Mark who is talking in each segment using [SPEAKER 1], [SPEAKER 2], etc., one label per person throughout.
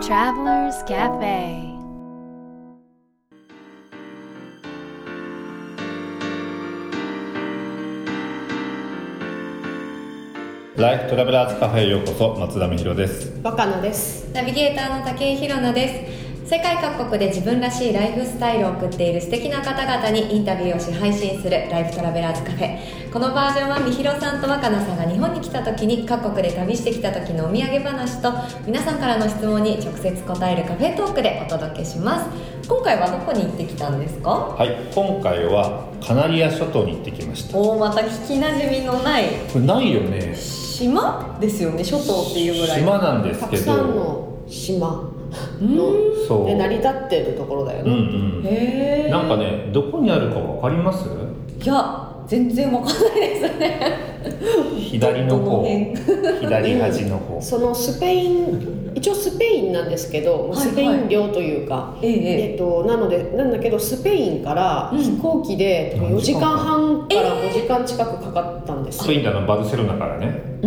[SPEAKER 1] Travelers Cafe
[SPEAKER 2] ライフトラベラーズカフェへようこそ松田美弘です
[SPEAKER 3] 若菜です
[SPEAKER 4] ナビゲーターの武井宏奈です世界各国で自分らしいライフスタイルを送っている素敵な方々にインタビューをし配信するライフトラベラーズカフェこのバージョンはみひろさんと若菜さんが日本に来た時に各国で旅してきた時のお土産話と皆さんからの質問に直接答えるカフェトークでお届けします今回はどこに行ってきたんですか
[SPEAKER 2] はい今回はカナリア諸島に行ってきましたこ
[SPEAKER 4] おおまた聞きなじみのない
[SPEAKER 2] れないよね
[SPEAKER 4] 島ですよね諸島っていうぐらい
[SPEAKER 2] 島なんです
[SPEAKER 3] た
[SPEAKER 2] け
[SPEAKER 3] くさ
[SPEAKER 2] ど
[SPEAKER 3] んの島
[SPEAKER 4] うん
[SPEAKER 2] そう
[SPEAKER 3] で成り立ってるところだよ
[SPEAKER 2] うんう
[SPEAKER 3] ね、
[SPEAKER 2] ん
[SPEAKER 4] へえ
[SPEAKER 2] なんかねどこにあるかわかります
[SPEAKER 4] いや全然わかんないで すね
[SPEAKER 2] 左の
[SPEAKER 4] どの
[SPEAKER 2] 方
[SPEAKER 4] 辺
[SPEAKER 2] 左端の 方
[SPEAKER 3] そのスペイン一応スペインなんですけど、まあ
[SPEAKER 4] はいはい
[SPEAKER 3] スペイン領というか、
[SPEAKER 4] え
[SPEAKER 3] えっと、なのでなんだけどスペインから
[SPEAKER 4] うん
[SPEAKER 3] 飛行機で
[SPEAKER 2] 何
[SPEAKER 3] 4
[SPEAKER 2] 時
[SPEAKER 3] 時
[SPEAKER 2] 間
[SPEAKER 3] 間半から
[SPEAKER 4] えー
[SPEAKER 3] 5時間近くかかったんです
[SPEAKER 2] ス
[SPEAKER 3] よ、
[SPEAKER 2] ペインだのバルセロナからね
[SPEAKER 3] う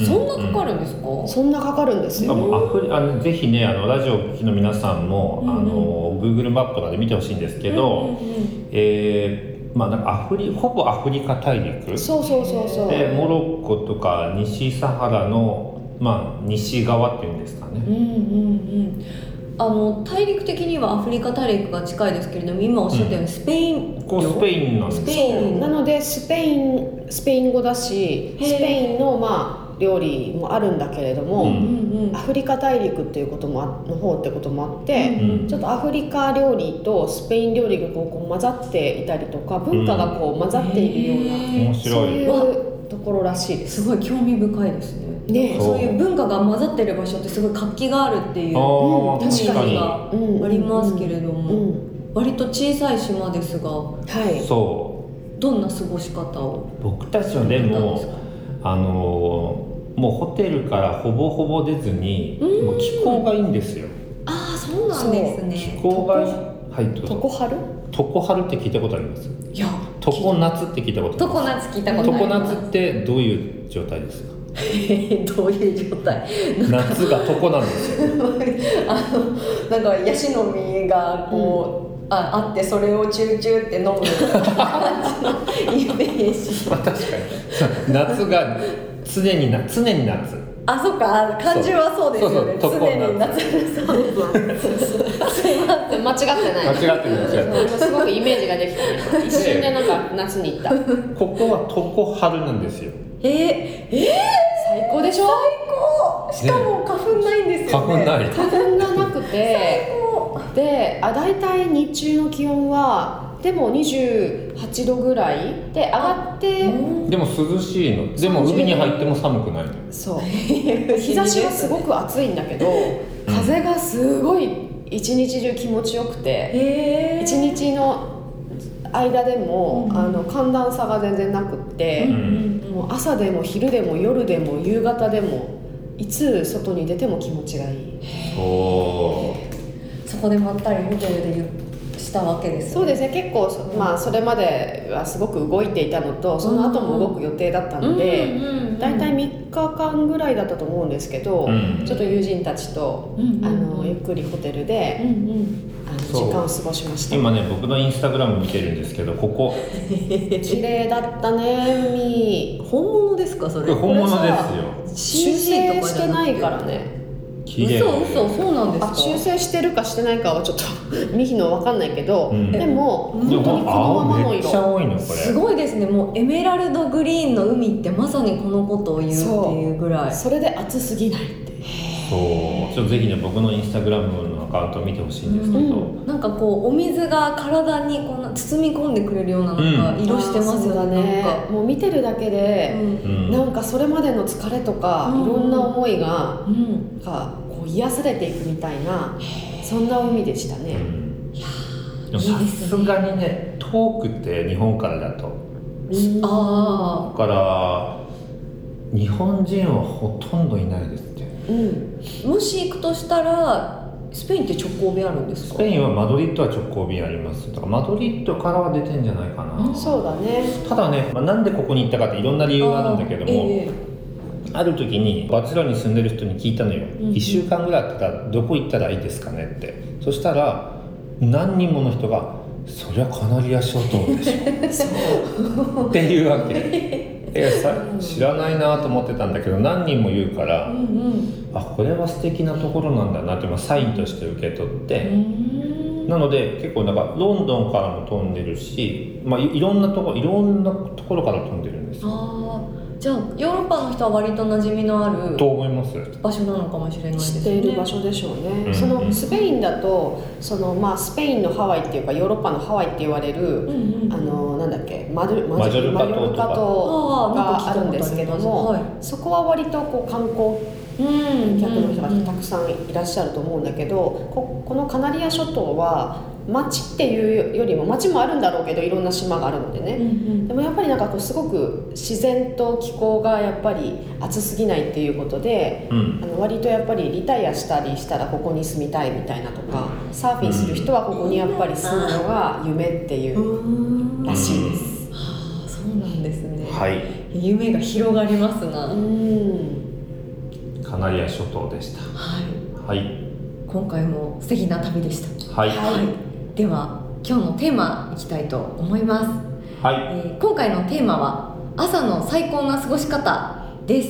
[SPEAKER 3] ん、
[SPEAKER 4] そんなかか
[SPEAKER 2] る
[SPEAKER 4] るんですか、
[SPEAKER 3] そんなかかるんです
[SPEAKER 2] 多
[SPEAKER 3] よ
[SPEAKER 2] 分アフリあのぜひねあのラジオを聴きの皆さんも、
[SPEAKER 4] うんうん
[SPEAKER 2] あの Google マップとかで見てほしいんですけど、
[SPEAKER 4] うんうんうん
[SPEAKER 2] えーまあなんかアフリほぼアフリカ大陸
[SPEAKER 3] そうそうそうそう、
[SPEAKER 2] でモロッコとか西サハラの、まあ、西側っていうんですかね
[SPEAKER 4] うんうんうんあの大陸的にはアフリカ大陸が近いですけれども今おっしゃったようにスペイン、
[SPEAKER 2] ここスペインなんです
[SPEAKER 4] スペイン
[SPEAKER 3] なのでスペインスペイン語だし
[SPEAKER 4] へー
[SPEAKER 3] スペインのまあ料理もあるんだけれども、
[SPEAKER 2] う
[SPEAKER 4] うんうん
[SPEAKER 3] アフリカ大陸っていうこともあの方ってこともあって、
[SPEAKER 2] うん
[SPEAKER 3] ちょっとアフリカ料理とスペイン料理がこうこう混ざっていたりとか文化がこう混ざっているような、
[SPEAKER 4] へ
[SPEAKER 2] 面
[SPEAKER 4] え
[SPEAKER 3] そう
[SPEAKER 2] 白い
[SPEAKER 3] いうところらしいです。
[SPEAKER 4] すごい興味深いですね
[SPEAKER 3] ね
[SPEAKER 2] そう
[SPEAKER 4] そういう文化が混ざってる場所ってすごい活気があるっていう
[SPEAKER 2] あー、
[SPEAKER 3] うん
[SPEAKER 2] 確かに
[SPEAKER 4] が
[SPEAKER 3] うん
[SPEAKER 4] ありますけれど
[SPEAKER 3] うん
[SPEAKER 4] も、
[SPEAKER 3] うん
[SPEAKER 4] 割と小さい島ですが
[SPEAKER 3] はい、
[SPEAKER 2] そ
[SPEAKER 4] どんな過ごし方を
[SPEAKER 2] う僕たちはで
[SPEAKER 4] された
[SPEAKER 2] も
[SPEAKER 4] んです
[SPEAKER 2] あのーもうホテルからほぼほぼ出ずにもう気候がいいんですよ
[SPEAKER 4] かああそうなんです
[SPEAKER 2] 気
[SPEAKER 4] ね
[SPEAKER 2] 候がいいはいどうぞ
[SPEAKER 3] 常春
[SPEAKER 2] 常春って聞いたことあります
[SPEAKER 4] いや
[SPEAKER 2] 常夏って聞いたこと
[SPEAKER 4] 常
[SPEAKER 2] あ
[SPEAKER 4] 夏聞いた
[SPEAKER 2] りま
[SPEAKER 4] こ
[SPEAKER 2] す
[SPEAKER 4] と
[SPEAKER 2] 常
[SPEAKER 4] ありま
[SPEAKER 2] 夏
[SPEAKER 4] す
[SPEAKER 2] ってどういう状態ですか
[SPEAKER 4] どういう状態
[SPEAKER 2] 夏が常なんですよ
[SPEAKER 4] あのなんかヤシの実がこう、ああってそれをチューチューって飲む感じのイメー ジ
[SPEAKER 2] まあ確かに夏が常にな常に夏
[SPEAKER 4] あそっかあ漢字はそうですよね
[SPEAKER 2] そうそうそう
[SPEAKER 4] 常に夏すいません
[SPEAKER 3] 間違ってな
[SPEAKER 2] 間違
[SPEAKER 3] い。
[SPEAKER 2] ってる間違ってる
[SPEAKER 3] すごくイメージができた、ね、一瞬でなんか夏に行 った
[SPEAKER 2] ここは常春なんですよ
[SPEAKER 4] えー、え
[SPEAKER 3] 最高でしょ
[SPEAKER 4] ー、こうしかも花粉ないんですよ
[SPEAKER 2] 花粉
[SPEAKER 4] ね
[SPEAKER 2] ない
[SPEAKER 3] 花粉がなくて
[SPEAKER 4] も
[SPEAKER 3] であ大体日中の気温はでも28度ぐらいで上がって、
[SPEAKER 4] う
[SPEAKER 2] でも涼しいのでも
[SPEAKER 3] 30
[SPEAKER 2] 海に入っても寒くないの
[SPEAKER 3] そう
[SPEAKER 4] 日
[SPEAKER 3] 日差しはすごく暑いんだけど風がすごい一日中気持ちよくて
[SPEAKER 4] えー、
[SPEAKER 3] 一日の間でも、
[SPEAKER 4] うん
[SPEAKER 3] あの寒暖差が全然なくって、もう朝でも昼でも夜でも夕方でもいつ外に出ても気持ちがいい
[SPEAKER 2] お
[SPEAKER 4] そこでまったりホテルでゆしたわけです
[SPEAKER 3] そうですね結構そ,、まあ、それまではすごく動いていたのとその後も動く予定だったので、
[SPEAKER 4] うんうんうん、
[SPEAKER 3] 大体3日間ぐらいだったと思うんですけど、
[SPEAKER 2] うん
[SPEAKER 3] ちょっと友人たちと、
[SPEAKER 4] うんうんうん
[SPEAKER 3] あのゆっくりホテル
[SPEAKER 4] う
[SPEAKER 3] で、
[SPEAKER 4] んうん
[SPEAKER 3] あの時
[SPEAKER 2] そう
[SPEAKER 3] 間を過ごしました
[SPEAKER 2] 今ね僕のインスタグラム見てるんですけどここ
[SPEAKER 3] 綺麗だったね海
[SPEAKER 4] 本物ですかそ
[SPEAKER 2] これ
[SPEAKER 4] れ
[SPEAKER 2] 本物ですよ
[SPEAKER 3] 修
[SPEAKER 4] CG
[SPEAKER 3] 正
[SPEAKER 4] とか
[SPEAKER 3] し
[SPEAKER 4] じゃ
[SPEAKER 3] て
[SPEAKER 4] な
[SPEAKER 3] な
[SPEAKER 4] く
[SPEAKER 3] いからね
[SPEAKER 2] 綺麗
[SPEAKER 4] 嘘嘘そうなんです
[SPEAKER 3] あ
[SPEAKER 4] か
[SPEAKER 3] 修正してるかしてないかはちょっと 見ひの分かんないけど、
[SPEAKER 2] うん
[SPEAKER 3] でも
[SPEAKER 2] で
[SPEAKER 3] 本当に
[SPEAKER 2] も
[SPEAKER 3] このまま
[SPEAKER 2] 青
[SPEAKER 3] の
[SPEAKER 2] めっちゃ
[SPEAKER 3] 色
[SPEAKER 2] 多いのこ
[SPEAKER 4] す
[SPEAKER 2] れ
[SPEAKER 4] ごいですねもうエメラルドグリーンの海ってまさにこのことを言うっていうぐらい
[SPEAKER 3] それで暑すぎないって
[SPEAKER 2] そうちょっとぜひね僕のインスタグラムのアカウント見てほしいんですけど、
[SPEAKER 3] う
[SPEAKER 4] なんかこうお水が体にこんな包み込んでくれるようななんか色してます
[SPEAKER 3] あーそ
[SPEAKER 4] よ
[SPEAKER 3] うだ
[SPEAKER 4] ね
[SPEAKER 3] ね
[SPEAKER 4] なんか
[SPEAKER 3] もう見てるだけ
[SPEAKER 4] う
[SPEAKER 3] で、
[SPEAKER 4] ん
[SPEAKER 2] うん
[SPEAKER 3] なんかそれまでの疲れとか、
[SPEAKER 4] うん
[SPEAKER 3] いろんな思いが
[SPEAKER 4] うん
[SPEAKER 3] なんかこう癒されていくみたいなそんな海でした
[SPEAKER 2] う
[SPEAKER 3] ね、
[SPEAKER 2] んで
[SPEAKER 4] や
[SPEAKER 2] も
[SPEAKER 4] ーい
[SPEAKER 2] さ
[SPEAKER 4] いですね
[SPEAKER 2] すがにね遠くて日本からだと
[SPEAKER 3] うん
[SPEAKER 4] あ
[SPEAKER 2] だから日本人はほとんどいないですって
[SPEAKER 3] うん
[SPEAKER 4] あもし行くとしたらスペインって直行便あるんです
[SPEAKER 2] ス
[SPEAKER 4] か
[SPEAKER 2] ペインはマドリッドは直行便ありますだからマドリッドからは出てんじゃないかな
[SPEAKER 3] そうだね
[SPEAKER 2] ただね、まあ、なんでここに行ったかっていろんな理由があるんだけども、
[SPEAKER 4] ええ
[SPEAKER 2] ある時にバチェロに住んでる人に聞いたのよ、
[SPEAKER 4] んうん
[SPEAKER 2] 1週間ぐらいだったらどこ行ったらいいですかねってそしたら何人もの人が「そりゃカナリア諸島でしょ」っていうわけいやさ知らないなと思ってたんだけど何人も言うから、
[SPEAKER 4] うんうん
[SPEAKER 2] あこれは素敵なところなんだなってまあサインとして受け取って、
[SPEAKER 4] うん
[SPEAKER 2] なので結構なんかロンドンからも飛んでるし、まあ、いいろんなとこいろんなところから飛んでるんですよ
[SPEAKER 4] あーじゃあヨーロッパの人は割と馴染みのある
[SPEAKER 2] と思います
[SPEAKER 4] 場所なのかもしれないです
[SPEAKER 3] 知
[SPEAKER 4] ね
[SPEAKER 3] っている場所でしょうね、
[SPEAKER 2] うん
[SPEAKER 3] そのスペインだとその、まあ、スペインのハワイっていうかヨーロッパのハワイって言われる、
[SPEAKER 4] うんうんうん
[SPEAKER 3] あのなんだっけマル
[SPEAKER 2] マジョルカ島とか
[SPEAKER 3] マジョルカ島があるんですけども、
[SPEAKER 4] はい
[SPEAKER 3] そこは割とこう観光
[SPEAKER 4] うん
[SPEAKER 3] 客の人がたくさんいらっしゃると思うんだけど、ここのカナリア諸島は町っていうよりも町もあるんだろうけどいろんな島があるのでね、
[SPEAKER 4] うんうん
[SPEAKER 3] でもやっぱりなんかこうすごく自然と気候がやっぱり暑すぎないっていうことで
[SPEAKER 2] うん
[SPEAKER 3] あの割とやっぱりリタイアしたりしたらここに住みたいみたいなとかサーフィンする人はここにやっぱり住むのが夢っていう
[SPEAKER 4] うん
[SPEAKER 3] らしいです。
[SPEAKER 4] あーそうなんですね、
[SPEAKER 2] はい
[SPEAKER 4] 夢が広がりますな、
[SPEAKER 3] う
[SPEAKER 4] は
[SPEAKER 3] ん
[SPEAKER 2] カナリア諸島でした
[SPEAKER 4] い、
[SPEAKER 2] はい
[SPEAKER 4] 今回も素敵な旅でした
[SPEAKER 2] はい
[SPEAKER 4] はい、では今日のテーマいきたいと思います、え
[SPEAKER 2] はい
[SPEAKER 4] ー今回のテーマは朝の最高な過ごし方です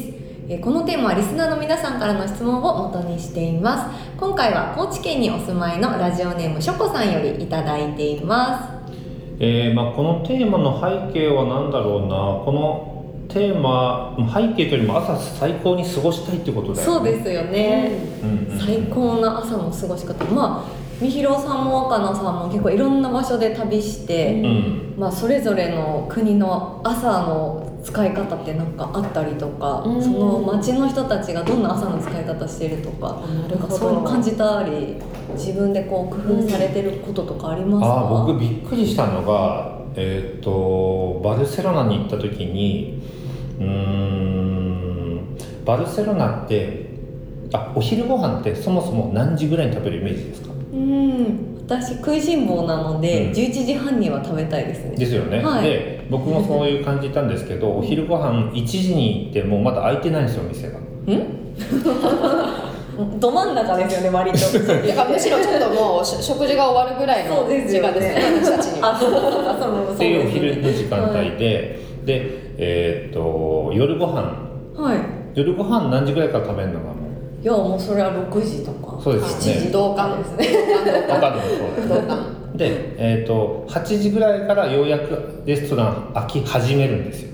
[SPEAKER 4] えーこのテーマはリスナーの皆さんからの質問を元にしています今回は高知県にお住まいのラジオネームしょこさんよりいただいています
[SPEAKER 2] えーまあ、このテーマの背景は何だろうなこのテーマ背景というよりも朝最高に過ごしたいってことだよね
[SPEAKER 4] そうですよね、
[SPEAKER 2] す、うんうんうん
[SPEAKER 4] 最高な朝の過ごし方まあみひろさんも若菜さんも結構いろんな場所で旅して
[SPEAKER 2] う、ん
[SPEAKER 4] まあ、それぞれの国の朝の使い方ってなんかあったりとか、
[SPEAKER 3] うん
[SPEAKER 4] その町の人たちがどんな朝の使い方してるとか、
[SPEAKER 3] な
[SPEAKER 4] なんかそういうの感じたり自分でこう工夫されてることとかありますか、
[SPEAKER 2] あー僕びっくりしたのがえーっ、とバルセロナに行った時にうーんバルセロナってあお昼ご飯ってそもそも何時ぐらいに食べるイメージですか
[SPEAKER 4] うん私食いしん坊なので、
[SPEAKER 2] うん
[SPEAKER 4] 11時半には食べたいですね
[SPEAKER 2] ですよね、
[SPEAKER 4] はい
[SPEAKER 2] で僕もそういう感じたんですけ どお昼ご飯1時に行ってもうまだ開いてないんですよ店が
[SPEAKER 4] ど真ん中ですよ ね割と
[SPEAKER 3] いやむしろちょっともうし食事が終わるぐらいの
[SPEAKER 4] そうです
[SPEAKER 3] 時
[SPEAKER 4] よ
[SPEAKER 3] 間
[SPEAKER 4] ね
[SPEAKER 3] ですね私たちには。
[SPEAKER 4] あそうかそうかそう
[SPEAKER 2] っていうお
[SPEAKER 4] ですね
[SPEAKER 2] 昼の時間帯で、で、えーっと夜ご飯
[SPEAKER 4] はい。
[SPEAKER 2] 夜ご飯何時ぐらいから食べるのかもう
[SPEAKER 4] いやもうそれは六時とか。
[SPEAKER 2] そうで
[SPEAKER 3] 7
[SPEAKER 2] すよ
[SPEAKER 3] 時
[SPEAKER 2] ね
[SPEAKER 3] 同感ですね同
[SPEAKER 2] 分
[SPEAKER 3] 感
[SPEAKER 2] かるそう
[SPEAKER 3] 同
[SPEAKER 2] で
[SPEAKER 3] 感同感
[SPEAKER 2] すで、えーっと8時ぐらいからようやくレストラン開き始めるんですよ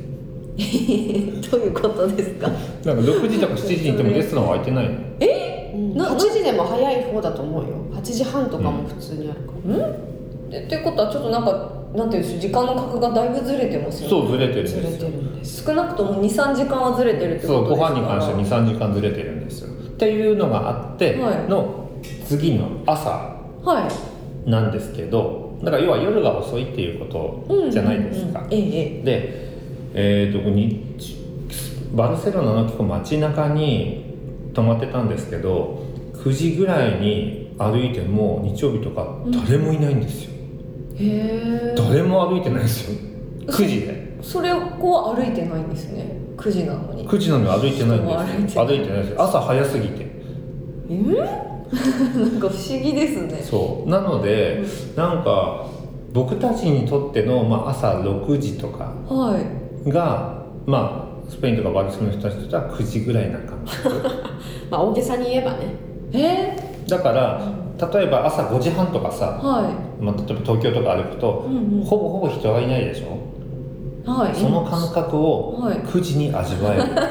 [SPEAKER 4] どういうことですか。
[SPEAKER 2] なんか6時とか7時に行ってもレストランは開いてないの
[SPEAKER 3] うん
[SPEAKER 4] な
[SPEAKER 3] 8時でも早い方だと思うよ8時半とかも普通にあるか
[SPEAKER 4] えっていうことはちょっとなんかなんていうんでしょう時間の格がだいぶずれてますよね。
[SPEAKER 2] そうずれてるんで
[SPEAKER 3] ら、
[SPEAKER 2] す
[SPEAKER 3] ずれて
[SPEAKER 2] よ
[SPEAKER 3] るんです
[SPEAKER 4] 少なくとも二三時間はずれてるって
[SPEAKER 2] そ
[SPEAKER 4] こ
[SPEAKER 2] うご
[SPEAKER 4] とですから。
[SPEAKER 2] 飯に関しては23時間ずれてるんですよっていうのがあって
[SPEAKER 4] はい
[SPEAKER 2] の次の朝
[SPEAKER 4] は
[SPEAKER 2] なんですけどだから要は夜が遅いっていうこ
[SPEAKER 4] い。うん
[SPEAKER 2] とじゃないですか、
[SPEAKER 4] うんえええ
[SPEAKER 2] でえー、とにバルセロナの結構街中に泊まってたんですけど9時ぐらいに歩いても日曜日とか誰もいないんですよ、
[SPEAKER 4] え。へえ。
[SPEAKER 2] 誰も歩いてないんですよ9時で
[SPEAKER 4] それをこう歩いてないんですね。九時なのに。
[SPEAKER 2] 9時なのに歩いてないんです
[SPEAKER 4] 人
[SPEAKER 2] よ
[SPEAKER 4] も
[SPEAKER 2] 歩
[SPEAKER 4] 歩
[SPEAKER 2] い
[SPEAKER 4] い
[SPEAKER 2] て
[SPEAKER 4] て
[SPEAKER 2] ないですよ朝早すぎて
[SPEAKER 4] えん？ なんか不思議ですね。
[SPEAKER 2] そうなのでなんか僕たちにとっての、まあ、朝6時とか
[SPEAKER 4] はい。
[SPEAKER 2] がまあスペインとかバルセロナの人たちにとっては9時ぐらいな感覚
[SPEAKER 3] まあ大げさに言えばね
[SPEAKER 4] え
[SPEAKER 2] だから例えば朝5時半とかさ、
[SPEAKER 4] は
[SPEAKER 2] まあ、例えば東京とか歩く
[SPEAKER 4] い。
[SPEAKER 2] と、
[SPEAKER 4] ん
[SPEAKER 2] ほぼほぼ人がいないでしょ、
[SPEAKER 4] はい。
[SPEAKER 2] その感覚を
[SPEAKER 4] はい
[SPEAKER 2] 9時に味わえる っていう、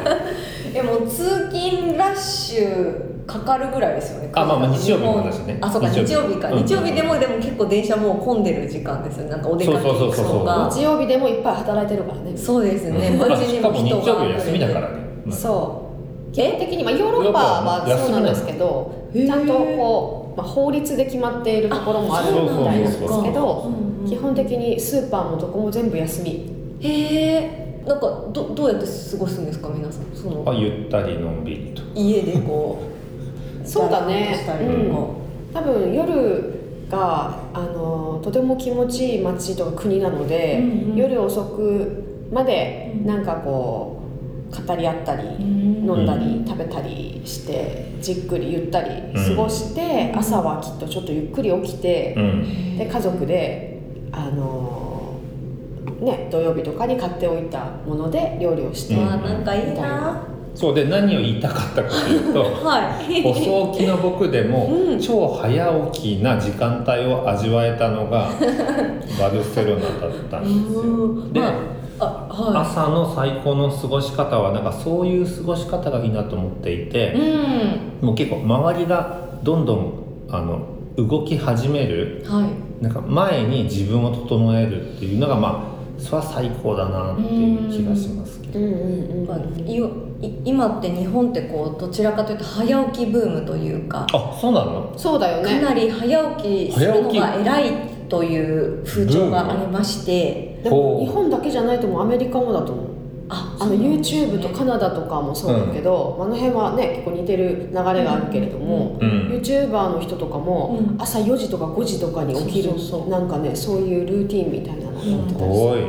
[SPEAKER 4] えもう通勤ラッシュかかるぐらいですよね
[SPEAKER 2] あまあまあ
[SPEAKER 4] 9
[SPEAKER 2] 日
[SPEAKER 4] 時
[SPEAKER 2] 曜日の話ね
[SPEAKER 4] あそうか
[SPEAKER 2] 日曜日
[SPEAKER 4] 日曜日か
[SPEAKER 2] うん
[SPEAKER 4] 日曜日でもでも結構電車もう混んでる時間ですよねなんかお出かけ
[SPEAKER 2] そうそう
[SPEAKER 4] 行
[SPEAKER 2] そう
[SPEAKER 4] く
[SPEAKER 2] そう
[SPEAKER 4] とか
[SPEAKER 3] 日曜日でもいっぱい働いてるからね
[SPEAKER 4] そうですね
[SPEAKER 2] うんまあ
[SPEAKER 4] 街
[SPEAKER 2] し
[SPEAKER 4] に
[SPEAKER 2] か
[SPEAKER 4] も
[SPEAKER 2] も日
[SPEAKER 4] 人
[SPEAKER 2] 曜日
[SPEAKER 4] が
[SPEAKER 2] は休みだからね、まあ
[SPEAKER 3] そう基本的に、まあ、ヨーロッパはそうなんですけど
[SPEAKER 4] ヨー
[SPEAKER 3] ち
[SPEAKER 4] ロ
[SPEAKER 3] ゃん
[SPEAKER 4] ッパは休みな
[SPEAKER 3] と
[SPEAKER 4] の
[SPEAKER 3] こう、まあ、法律で決まっているところもあるみたいなんですけ
[SPEAKER 2] そうそう
[SPEAKER 4] う
[SPEAKER 3] ど
[SPEAKER 4] んうん
[SPEAKER 3] 基本的にスーパーもどこも全部休み
[SPEAKER 4] へえんかどどうやって過ごすんですか皆さんそ
[SPEAKER 2] まあ
[SPEAKER 4] の
[SPEAKER 2] ゆったりのんびりと
[SPEAKER 4] 家でこ う
[SPEAKER 3] そうだね
[SPEAKER 4] だらっとしたりとか
[SPEAKER 3] 多分夜があのとても気持ちいい街とか国なので、
[SPEAKER 4] うんうん
[SPEAKER 3] 夜遅くまで
[SPEAKER 4] うん
[SPEAKER 3] なんかこう語り合ったり
[SPEAKER 4] ん
[SPEAKER 3] 飲んだり食べたりしてじっくりゆったり過ごして
[SPEAKER 4] うん
[SPEAKER 3] 朝はきっとちょっとゆっくり起きて
[SPEAKER 2] うん
[SPEAKER 3] で家族であのーね土曜日とかに買っておいたもので料理をして
[SPEAKER 2] う
[SPEAKER 4] わあなんかいいな
[SPEAKER 2] そうで何を言いたかったかというと
[SPEAKER 4] はい
[SPEAKER 2] お早起きの僕でも、
[SPEAKER 3] うん
[SPEAKER 2] 超早起きな時間帯を味わえたの がバルセロナだったんです
[SPEAKER 4] う
[SPEAKER 2] よ。
[SPEAKER 4] ん
[SPEAKER 2] で、
[SPEAKER 4] まあは
[SPEAKER 2] 朝の最高の過ごし方はなんかそういう過ごし方がいいなと思っていて、
[SPEAKER 4] ん
[SPEAKER 2] もう結構周りがどんどんあの動き始める
[SPEAKER 4] はい
[SPEAKER 2] なんか前に自分を整えるっていうのがまあそれは最高だなっていう気がしますけど。
[SPEAKER 3] うんうんうん
[SPEAKER 4] まあ、いよい今って日本ってこうどちらかというと早起きブームというか
[SPEAKER 2] あそうなの
[SPEAKER 3] そうだよ
[SPEAKER 4] か
[SPEAKER 3] ね
[SPEAKER 4] なり早起きするのが偉いという風潮がありまして
[SPEAKER 3] でも
[SPEAKER 2] ほう
[SPEAKER 3] 日本だけじゃないと思うアメリカもだと思う
[SPEAKER 4] あ
[SPEAKER 3] あの YouTube とカナダとかもそうだけど、あの辺はね結構似てる流れがあるけれども、
[SPEAKER 2] うん
[SPEAKER 3] YouTuber の人とかも
[SPEAKER 4] うん
[SPEAKER 3] 朝4時とか5時とかに起きる
[SPEAKER 4] そうそうそう
[SPEAKER 3] なんかねそういうルーティンみたいなのをやっ
[SPEAKER 2] す
[SPEAKER 3] てたりする
[SPEAKER 2] ごい。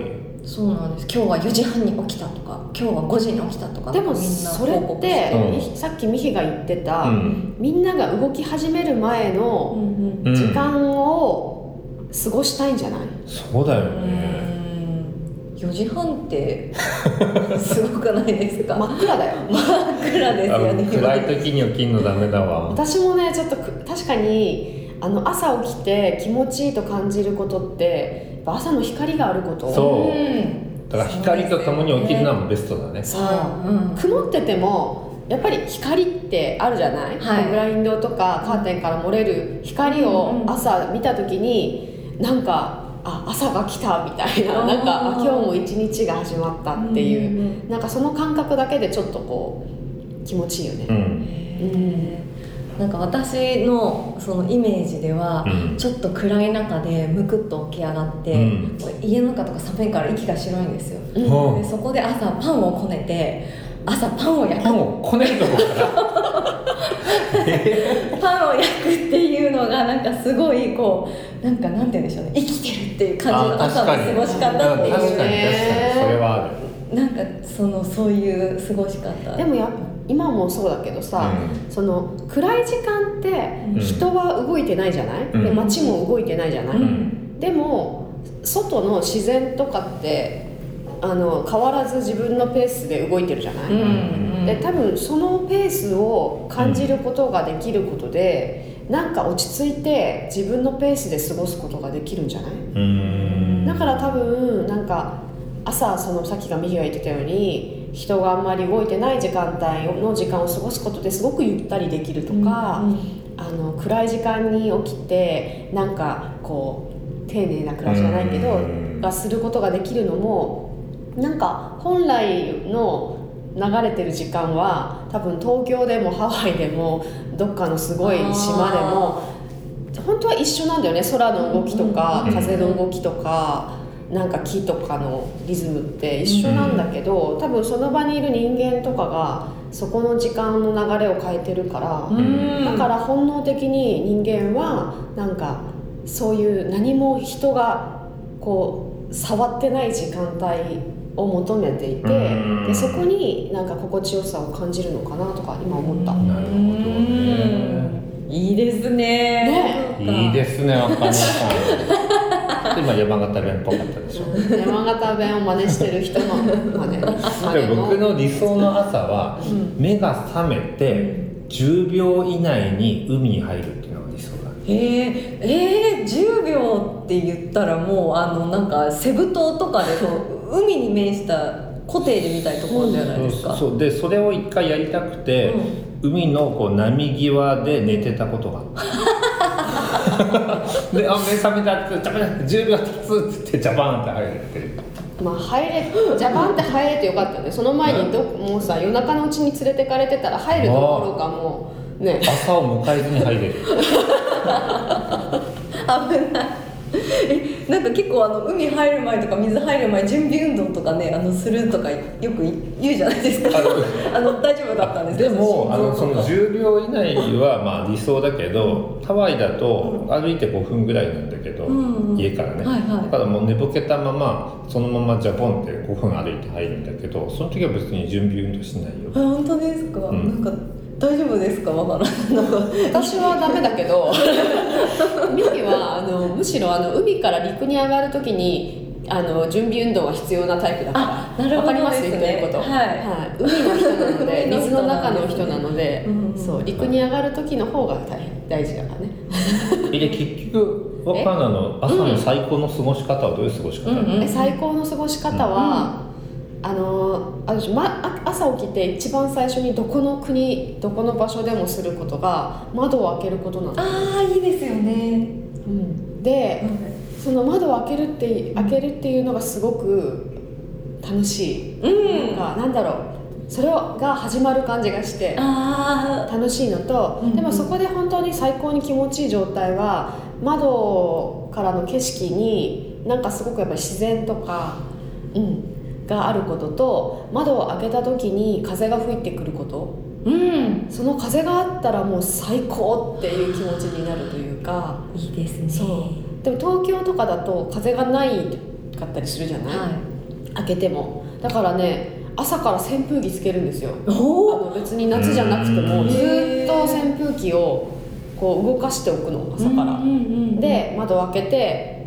[SPEAKER 4] そうなんです今日は4時半に起きたとか今日は5時に起きたとか
[SPEAKER 3] でも
[SPEAKER 4] みんな
[SPEAKER 3] それ
[SPEAKER 4] 報
[SPEAKER 3] っ
[SPEAKER 4] 告して
[SPEAKER 3] て、
[SPEAKER 2] う
[SPEAKER 3] さっきミヒが言ってた、
[SPEAKER 2] うん
[SPEAKER 3] みんなが動き始める前
[SPEAKER 4] う
[SPEAKER 3] の
[SPEAKER 4] んうん
[SPEAKER 2] うん
[SPEAKER 3] 時間を過ごしたいんじゃない、
[SPEAKER 2] そうだよね。
[SPEAKER 4] うん4時半ってすごくないですか、
[SPEAKER 3] 真っ暗だよ
[SPEAKER 4] 真っ暗です
[SPEAKER 2] あ
[SPEAKER 4] よね
[SPEAKER 2] 暗い時に起きるのダメだわ。
[SPEAKER 3] 私もねちょっとく確かにあの朝起きて気持ちいいと感じることってやっぱ朝の光があること
[SPEAKER 2] そう
[SPEAKER 4] うん
[SPEAKER 2] だから光と共に起きるのはベストだね。
[SPEAKER 3] そ
[SPEAKER 4] そうううん
[SPEAKER 3] 曇っててもやっぱり光ってあるじゃない、
[SPEAKER 4] はい
[SPEAKER 3] ブラインドとかカーテンから漏れる光
[SPEAKER 4] うん
[SPEAKER 3] を
[SPEAKER 4] うん
[SPEAKER 3] 朝見た時になんかあ朝が来たみたいな
[SPEAKER 4] あー
[SPEAKER 3] なんかあ今日も一日が始まったっていう、
[SPEAKER 4] うん
[SPEAKER 3] なんかその感覚だけでちょっとこう気持ちいいよ
[SPEAKER 2] う
[SPEAKER 3] ね、
[SPEAKER 2] ん。
[SPEAKER 4] なんか私のそのイメージでは、
[SPEAKER 2] うん
[SPEAKER 4] ちょっと暗い中でむくっと起き上がって、
[SPEAKER 2] うん
[SPEAKER 4] 家の中とか寒いから息が白いんですよ、
[SPEAKER 3] うん
[SPEAKER 2] うん
[SPEAKER 4] でそこで朝パンをこねて朝パンを焼く
[SPEAKER 2] パンをこねるとこから。
[SPEAKER 4] パンを焼くっていうのがなんかすごいこうなんかなんて言うんでしょうね生きてるっていう感じの
[SPEAKER 2] あ
[SPEAKER 4] 朝の過ごし方っ
[SPEAKER 2] う
[SPEAKER 4] て
[SPEAKER 2] ん確かに確かに
[SPEAKER 4] い
[SPEAKER 2] 確
[SPEAKER 4] う
[SPEAKER 2] かにそれはある。
[SPEAKER 4] なんかそのそういう過ごし方
[SPEAKER 3] でもや今もそうだけどさ、その暗い時間って人は動いてないじゃない、
[SPEAKER 2] うん
[SPEAKER 3] で街も動いてないじゃない、
[SPEAKER 2] うん
[SPEAKER 3] でも外の自然とかってあの変わらず自分のペースで動いてるじゃない、
[SPEAKER 4] うんうん
[SPEAKER 3] で多分そのペースを感じることができることで、なんか落ち着いて自分のペースで過ごすことができるんじゃない、
[SPEAKER 2] うん。
[SPEAKER 3] だから多分なんか朝そのさっきがミヒが言ってたように人があんまり動いてない時間帯の時間を過ごすことですごくゆったりできるとか、あの暗い時間に起きてなんかこう丁寧な暮らしじゃないけど
[SPEAKER 2] うん
[SPEAKER 3] がすることができるのもなんか本来の流れてる時間は多分東京でもハワイでもどっかのすごい島でも本当は一緒なんだよね空の動きとか
[SPEAKER 2] うん
[SPEAKER 3] 風の動きとか。なんか木とかのリズムって一緒なんだけど、多分その場にいる人間とかがそこの時間の流れを変えてるから、
[SPEAKER 4] うん
[SPEAKER 3] だから本能的に人間はなんかそういう何も人がこう触ってない時間帯を求めていて
[SPEAKER 2] うん
[SPEAKER 3] でそこになんか心地よさを感じるのかなとか今思った、
[SPEAKER 2] なるほどね
[SPEAKER 4] うんいいですね
[SPEAKER 3] ね
[SPEAKER 4] そうか
[SPEAKER 2] いいですね、赤野さん。今山形弁っぽかったでしょ。
[SPEAKER 3] 山形弁を真似してる人の真似真
[SPEAKER 2] で
[SPEAKER 3] 似
[SPEAKER 2] 僕
[SPEAKER 3] の
[SPEAKER 2] の理想の朝は目が覚めて10秒以内に海に入るっていうのが理想だね。
[SPEAKER 4] へええー、10秒って言ったらもうあのなんかセブ島とかでこう海に面したコテージみたいなところじゃないですか、
[SPEAKER 2] そうそうでそれを一回やりたくて、海のこう波際で寝てたことがあったであ目覚めたってジャバン10秒経つってジャバンって入ってる
[SPEAKER 3] まあ入れジャパンって入れてよかったねその前にどもうさ夜中のうちに連れてかれてたら入るどころかもうね
[SPEAKER 2] 朝を迎えずに入れる
[SPEAKER 4] 危ない えなんか結構あの海入る前とか水入る前準備運動とかねあのするとかよくい言うじゃないですか あの大丈夫だったんですか
[SPEAKER 2] でも
[SPEAKER 4] 心臓
[SPEAKER 2] あのそ
[SPEAKER 4] と
[SPEAKER 2] の
[SPEAKER 4] か
[SPEAKER 2] 10秒以内はまあ理想だけどハワイだと歩いて5分ぐらいなんだけど、
[SPEAKER 4] うんうん
[SPEAKER 2] 家からね、
[SPEAKER 4] はいはい
[SPEAKER 2] だからもう寝ぼけたままそのままジャポンって5分歩いて入るんだけどその時は別に準備運動しないよ
[SPEAKER 4] あ本当ですか、
[SPEAKER 2] うん
[SPEAKER 4] なんか大丈夫ですかわからん なんか
[SPEAKER 3] 私はダメだけ どミキはあのむしろあの海から陸に上がるときにあの準備運動は必要なタイプだから
[SPEAKER 4] あなるほど
[SPEAKER 3] わかります
[SPEAKER 4] です
[SPEAKER 3] 言っ
[SPEAKER 4] ね
[SPEAKER 3] てること、
[SPEAKER 4] はい
[SPEAKER 3] い海の人なので
[SPEAKER 4] 海の人
[SPEAKER 3] 水の中の人なので、
[SPEAKER 4] うんうん
[SPEAKER 3] そう陸に上がる時の方が大変大事だからね
[SPEAKER 2] で結局若菜の朝の最高の過ごし方はどういう過ごし方なの、
[SPEAKER 4] うんうん
[SPEAKER 3] で最高の過ごし方は、あの私、ま、あ朝起きて一番最初にどこの国どこの場所でもすることが窓を開けることなの、
[SPEAKER 4] ああいいですよね、
[SPEAKER 3] うんでその窓を開けるって開けるっていうのがすごく楽しい、
[SPEAKER 4] う
[SPEAKER 3] なん
[SPEAKER 4] ん、あ
[SPEAKER 3] かなんだろうそれが始まる感じがして
[SPEAKER 4] あ
[SPEAKER 3] 楽しいのと、
[SPEAKER 4] うんうん
[SPEAKER 3] でもそこで本当に最高に気持ちいい状態は窓からの景色になんかすごくやっぱり自然とか、うん、があることと窓を開けた時に風が吹いてくること
[SPEAKER 4] うん
[SPEAKER 3] その風があったらもう最高っていう気持ちになるというか
[SPEAKER 4] いいですね
[SPEAKER 3] そうでも東京とかだと風がないかったりするじゃない、
[SPEAKER 4] はい
[SPEAKER 3] 開けてもだからね朝から扇風機つけるんですよあ
[SPEAKER 4] おお
[SPEAKER 3] の別に夏じゃなくて
[SPEAKER 2] う
[SPEAKER 3] も
[SPEAKER 2] ん
[SPEAKER 3] ずーっと扇風機をこう動かしておくの朝から、
[SPEAKER 4] うんうんうん、
[SPEAKER 3] で窓を開けて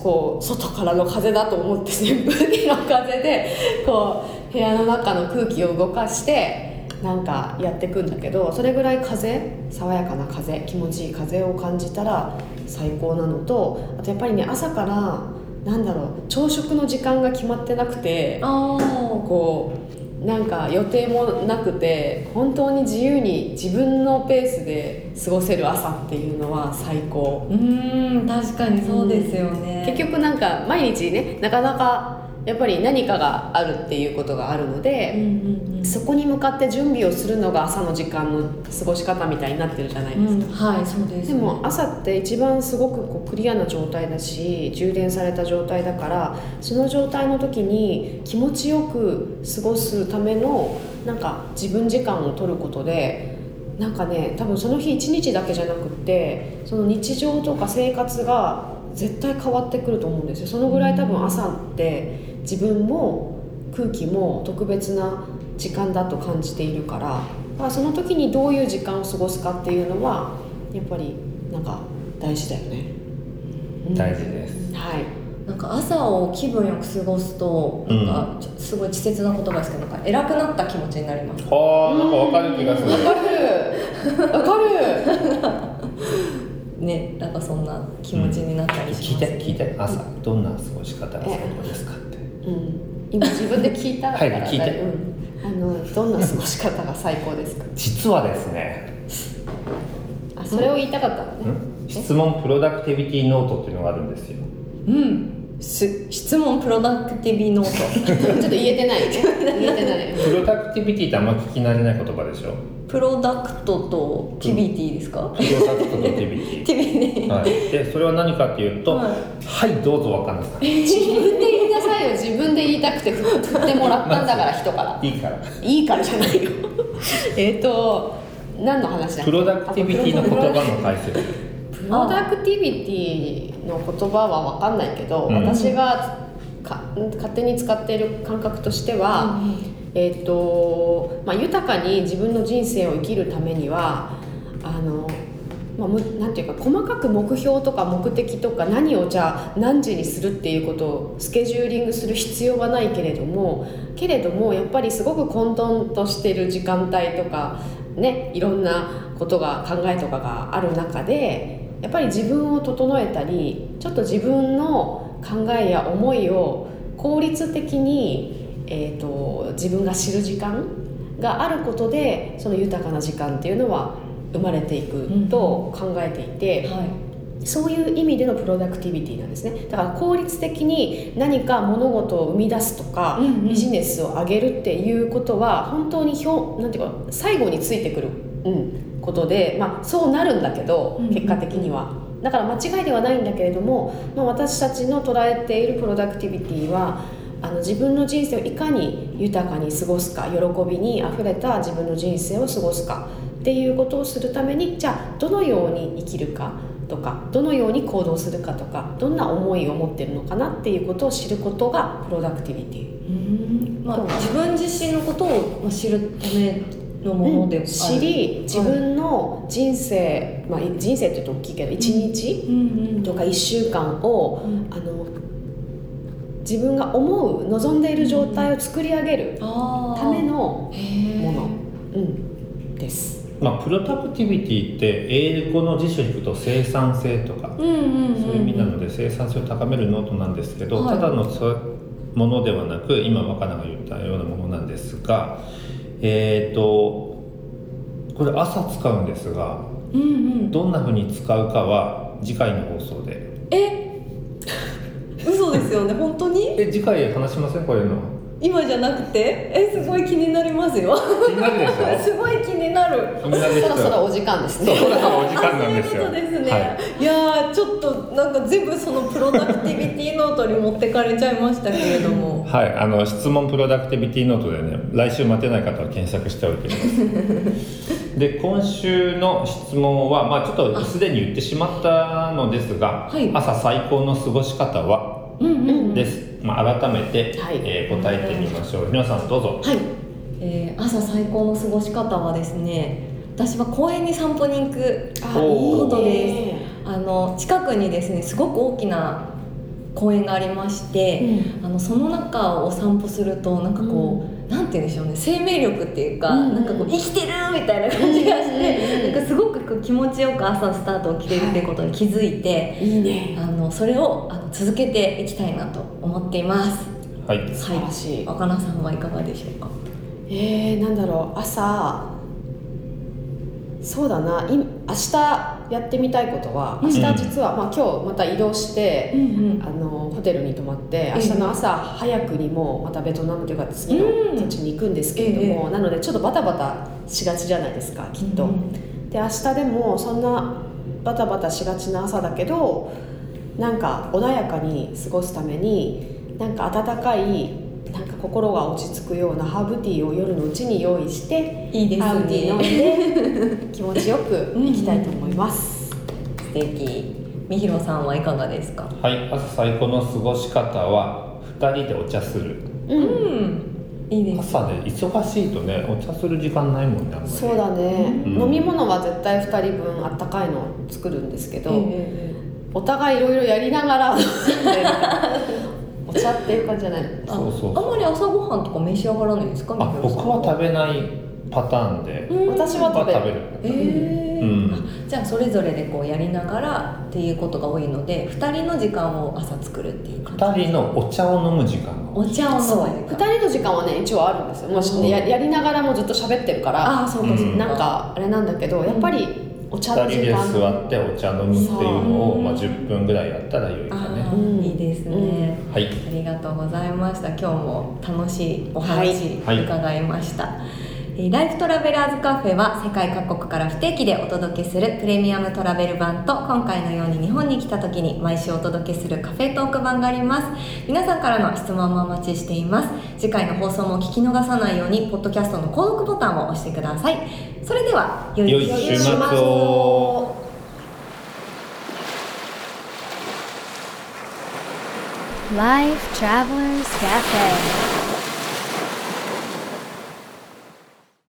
[SPEAKER 3] こう外からの風だと思って扇風機の風でこう部屋の中の空気を動かしてなんかやっていくんだけどそれぐらい風爽やかな風気持ちいい風を感じたら最高なのとあとやっぱりね朝からなんだろう朝食の時間が決まってなくて
[SPEAKER 4] ああ
[SPEAKER 3] こうなんか予定もなくて本当に自由に自分のペースで過ごせる朝っていうのは最高
[SPEAKER 4] うーん確かにそうですよね、
[SPEAKER 3] 結局なんか毎日ねなかなかやっぱり何かがあるっていうことがあるの
[SPEAKER 4] うん
[SPEAKER 3] で、
[SPEAKER 4] うんうん
[SPEAKER 3] そこに向かって準備をするのが朝の時間の過ごし方みたいになってるじゃないですか、
[SPEAKER 4] うん、はいそうです、
[SPEAKER 3] でも朝って一番すごくこうクリアな状態だし充電された状態だからその状態の時に気持ちよく過ごすためのなんか自分時間を取ることでなんかね多分その日一日だけじゃなくってその日常とか生活が絶対変わってくると思うんですよそのぐらい多分朝って自分も空気も特別な時間だと感じているからだからその時にどういう時間を過ごすかっていうのはやっぱりなんか大事だよね、うん
[SPEAKER 2] 大事です
[SPEAKER 3] はい
[SPEAKER 4] なんか朝を気分よく過ごすとなんかちょすごい稚拙な言葉ですけどなんか偉くなった気持ちになります
[SPEAKER 2] ああなんかわかる気がする
[SPEAKER 3] わかるわかる
[SPEAKER 4] ねなんかそんな気持ちになったりし
[SPEAKER 2] 聞い
[SPEAKER 4] ます、
[SPEAKER 2] て聞いて朝どんな過ごし方が最高ですかって
[SPEAKER 3] うん今自分で聞いた
[SPEAKER 2] はい聞いて
[SPEAKER 3] うん、あのどんな過ごし方が最高ですか
[SPEAKER 2] 実はですね
[SPEAKER 3] あそれを言いたかったのね
[SPEAKER 2] ん質問プロダクティビティノートっていうのがあるんですよ
[SPEAKER 4] うんす質問プロダクティビノート
[SPEAKER 3] ちょっと言えてない ね言えてない
[SPEAKER 2] プロダクティビティってあんま聞き慣れない言葉でしょ
[SPEAKER 4] プロダクトとティビティですか、
[SPEAKER 2] プロダクトとティビテ
[SPEAKER 4] ティビテ
[SPEAKER 2] ィ、
[SPEAKER 4] ィ
[SPEAKER 2] はい、でそれは何かっていうと「
[SPEAKER 4] は
[SPEAKER 2] はい、どうぞ若菜さん」
[SPEAKER 3] 自分で言いなさいよ自分で言いたくて振ってもらったんだから人から
[SPEAKER 2] いいから
[SPEAKER 3] いいからじゃないよ えっと何の話だ
[SPEAKER 2] プロダクティビティの言葉の解説
[SPEAKER 3] プロダクティビティの言葉は分かんないけど、
[SPEAKER 2] うん
[SPEAKER 3] 私がか勝手に使っている感覚としては、えーとまあ、豊かに自分の人生を生きるためにはあの、まあ、むなんていうか細かく目標とか目的とか何をじゃあ何時にするっていうことをスケジューリングする必要はないけれどもけれどもやっぱりすごく混沌としてる時間帯とか、ね、いろんなことが考えとかがある中でやっぱり自分を整えたりちょっと自分の考えや思いを効率的に、えー、と自分が知る時間があることでその豊かな時間っていうのは生まれていくと考えていて。
[SPEAKER 4] はい
[SPEAKER 3] そういう意味でのプロダクティビティなんですねだから効率的に何か物事を生み出すとか、
[SPEAKER 4] うんうん
[SPEAKER 3] ビジネスを上げるっていうことは本当にひょなんていうか最後についてくる、うん、ことで、まあ、そうなるんだけど
[SPEAKER 4] うんうん
[SPEAKER 3] 結果的には、だから間違いではないんだけれども、まあ、私たちの捉えているプロダクティビティはあの自分の人生をいかに豊かに過ごすか喜びにあふれた自分の人生を過ごすかっていうことをするためにじゃあどのように生きるかとかどのように行動するかとかどんな思いを持ってるのかなっていうことを知ることがプロダクティビティ
[SPEAKER 4] うんまあ、自分自身のことをまあ知るためのものである、
[SPEAKER 3] 知り自分の人生、まあ、い人生って言うと大きいけど1日
[SPEAKER 4] うんうん
[SPEAKER 3] とか1週間を
[SPEAKER 4] うん
[SPEAKER 3] あの自分が思う望んでいる状態を作り上げる
[SPEAKER 4] あー
[SPEAKER 3] ための、
[SPEAKER 4] へー
[SPEAKER 3] ものうん、です。
[SPEAKER 2] まあ、プロダクティビティって英語の辞書を引くと生産性とか
[SPEAKER 4] うんうんうん
[SPEAKER 2] そういう意味なので生産性を高めるノートなんですけど、
[SPEAKER 4] はい
[SPEAKER 2] ただのそうものではなく今若菜が言ったようなものなんですがえっ、とこれ朝使うんですが
[SPEAKER 4] うんうん
[SPEAKER 2] どんなふうに使うかは次回の放送で
[SPEAKER 4] え 嘘ですよね本当に
[SPEAKER 2] え次回話しませんこれの
[SPEAKER 4] 今じゃなくてえすごい気になりますよ
[SPEAKER 2] 気になる でし
[SPEAKER 4] すごい気になる
[SPEAKER 2] ょ気になるでし
[SPEAKER 3] そ
[SPEAKER 2] ょ
[SPEAKER 3] ろそろお時間です
[SPEAKER 2] そう
[SPEAKER 3] ね。
[SPEAKER 2] そろそろお時間なんですよ
[SPEAKER 4] そういうことですね、、
[SPEAKER 2] はい
[SPEAKER 4] やーちょっとなんか全部そのプロダクティビティノートに持ってかれちゃいましたけれども
[SPEAKER 2] い、はい、あの質問プロダクティビティノートでね来週待てない方は検索しておいてください で今週の質問は、まあ、ちょっとすでに言ってしまったのですが、
[SPEAKER 4] はい
[SPEAKER 2] 朝最高の過ごし方は
[SPEAKER 4] うんうん
[SPEAKER 2] です、まあ、改めて、
[SPEAKER 3] はい
[SPEAKER 2] えー答えてみましょう皆さんどうぞ
[SPEAKER 3] はい、
[SPEAKER 4] えー朝最高の過ごし方はですね私は公園に散歩に行く
[SPEAKER 2] あおー
[SPEAKER 4] ことです
[SPEAKER 3] ね
[SPEAKER 4] あの近くにですねすごく大きな公園がありまして、あのその中を散歩するとなんかこう、なんて言うんでしょうね生命力っていうか、
[SPEAKER 3] うん
[SPEAKER 4] なんかこう生きてるみたいな感じがして、
[SPEAKER 3] うん
[SPEAKER 4] なんかすごくこう気持ちよく朝スタートを切れるっていうことに気づいて、
[SPEAKER 3] いいね。
[SPEAKER 4] あのそれをあの続けていきたいなと思っています。
[SPEAKER 2] はい
[SPEAKER 3] 素晴らしい。
[SPEAKER 4] 若菜さんはいかがでしょうか。
[SPEAKER 3] えー、なんだろう朝そうだない明日やってみたいことは
[SPEAKER 4] うん
[SPEAKER 3] 明日実は、まあ、今日また移動して、
[SPEAKER 4] ん
[SPEAKER 3] あのホテルに泊まって明日の朝早くにもうまたベトナムというか次の土地に行くんですけれども、なのでちょっとバタバタしがちじゃないですかきっと。で明日でもそんなバタバタしがちな朝だけどなんか穏やかに過ごすためになんか温かいなんか心が落ち着くようなハーブティーを夜のうちに用意して
[SPEAKER 4] いいですね。
[SPEAKER 3] ハーブティー飲んで気持ちよくいきたいと思います。
[SPEAKER 4] 素敵。みひろさんはいかがですか。
[SPEAKER 2] はい朝最高の過ごし方は2人でお茶する
[SPEAKER 3] うん
[SPEAKER 4] うん。いいです。
[SPEAKER 2] 朝で忙しいとねお茶する時間ないもんねあんまり
[SPEAKER 3] そうだね、
[SPEAKER 2] うん
[SPEAKER 3] 飲み物は絶対2人分あったかいのを作るんですけど、
[SPEAKER 4] ええ
[SPEAKER 3] お互いいろいろやりなが らお茶っていう感じじゃない
[SPEAKER 4] あ
[SPEAKER 2] そうそうそう
[SPEAKER 4] あんまり朝ごはんとか召し上がらないんですか。
[SPEAKER 2] あ
[SPEAKER 4] みひろ
[SPEAKER 2] 僕
[SPEAKER 4] さん
[SPEAKER 2] は食べないパターンで、
[SPEAKER 4] うん
[SPEAKER 3] 私は食べる
[SPEAKER 4] ええ
[SPEAKER 2] うん
[SPEAKER 4] あじゃあそれぞれでこうやりながらっていうことが多いので二人の時間を朝作るっていう感じ
[SPEAKER 2] 2人のお茶を飲む時間
[SPEAKER 4] お茶を飲
[SPEAKER 3] そう
[SPEAKER 4] む
[SPEAKER 3] 2
[SPEAKER 4] 時間
[SPEAKER 3] 人の時間はね一応あるんですよもうし
[SPEAKER 4] うん
[SPEAKER 3] ややりながらもずっと喋ってるから
[SPEAKER 4] ああそうかそううか
[SPEAKER 2] ん
[SPEAKER 3] なんかあれなんだけどやっぱりお茶
[SPEAKER 2] 2
[SPEAKER 3] の
[SPEAKER 2] 人
[SPEAKER 3] 時
[SPEAKER 2] で
[SPEAKER 3] 間
[SPEAKER 2] 座ってお茶飲むっていうの
[SPEAKER 4] そう
[SPEAKER 2] を、まあ、10分ぐらいやったらよいか
[SPEAKER 4] あ
[SPEAKER 2] ね
[SPEAKER 4] あ、
[SPEAKER 3] うん
[SPEAKER 4] いいですね、
[SPEAKER 2] はい
[SPEAKER 4] ありがとうございました今日も楽しいお話
[SPEAKER 2] はい
[SPEAKER 4] 伺いました、えーライフトラベラーズカフェは世界各国から不定期でお届けするプレミアムトラベル版と今回のように日本に来た時に毎週お届けするカフェトーク版があります皆さんからの質問もお待ちしています次回の放送も聞き逃さないようにポッドキャストの購読ボタンを押してくださいそれでは良
[SPEAKER 2] 良い週末を
[SPEAKER 1] Life Travelers Cafe.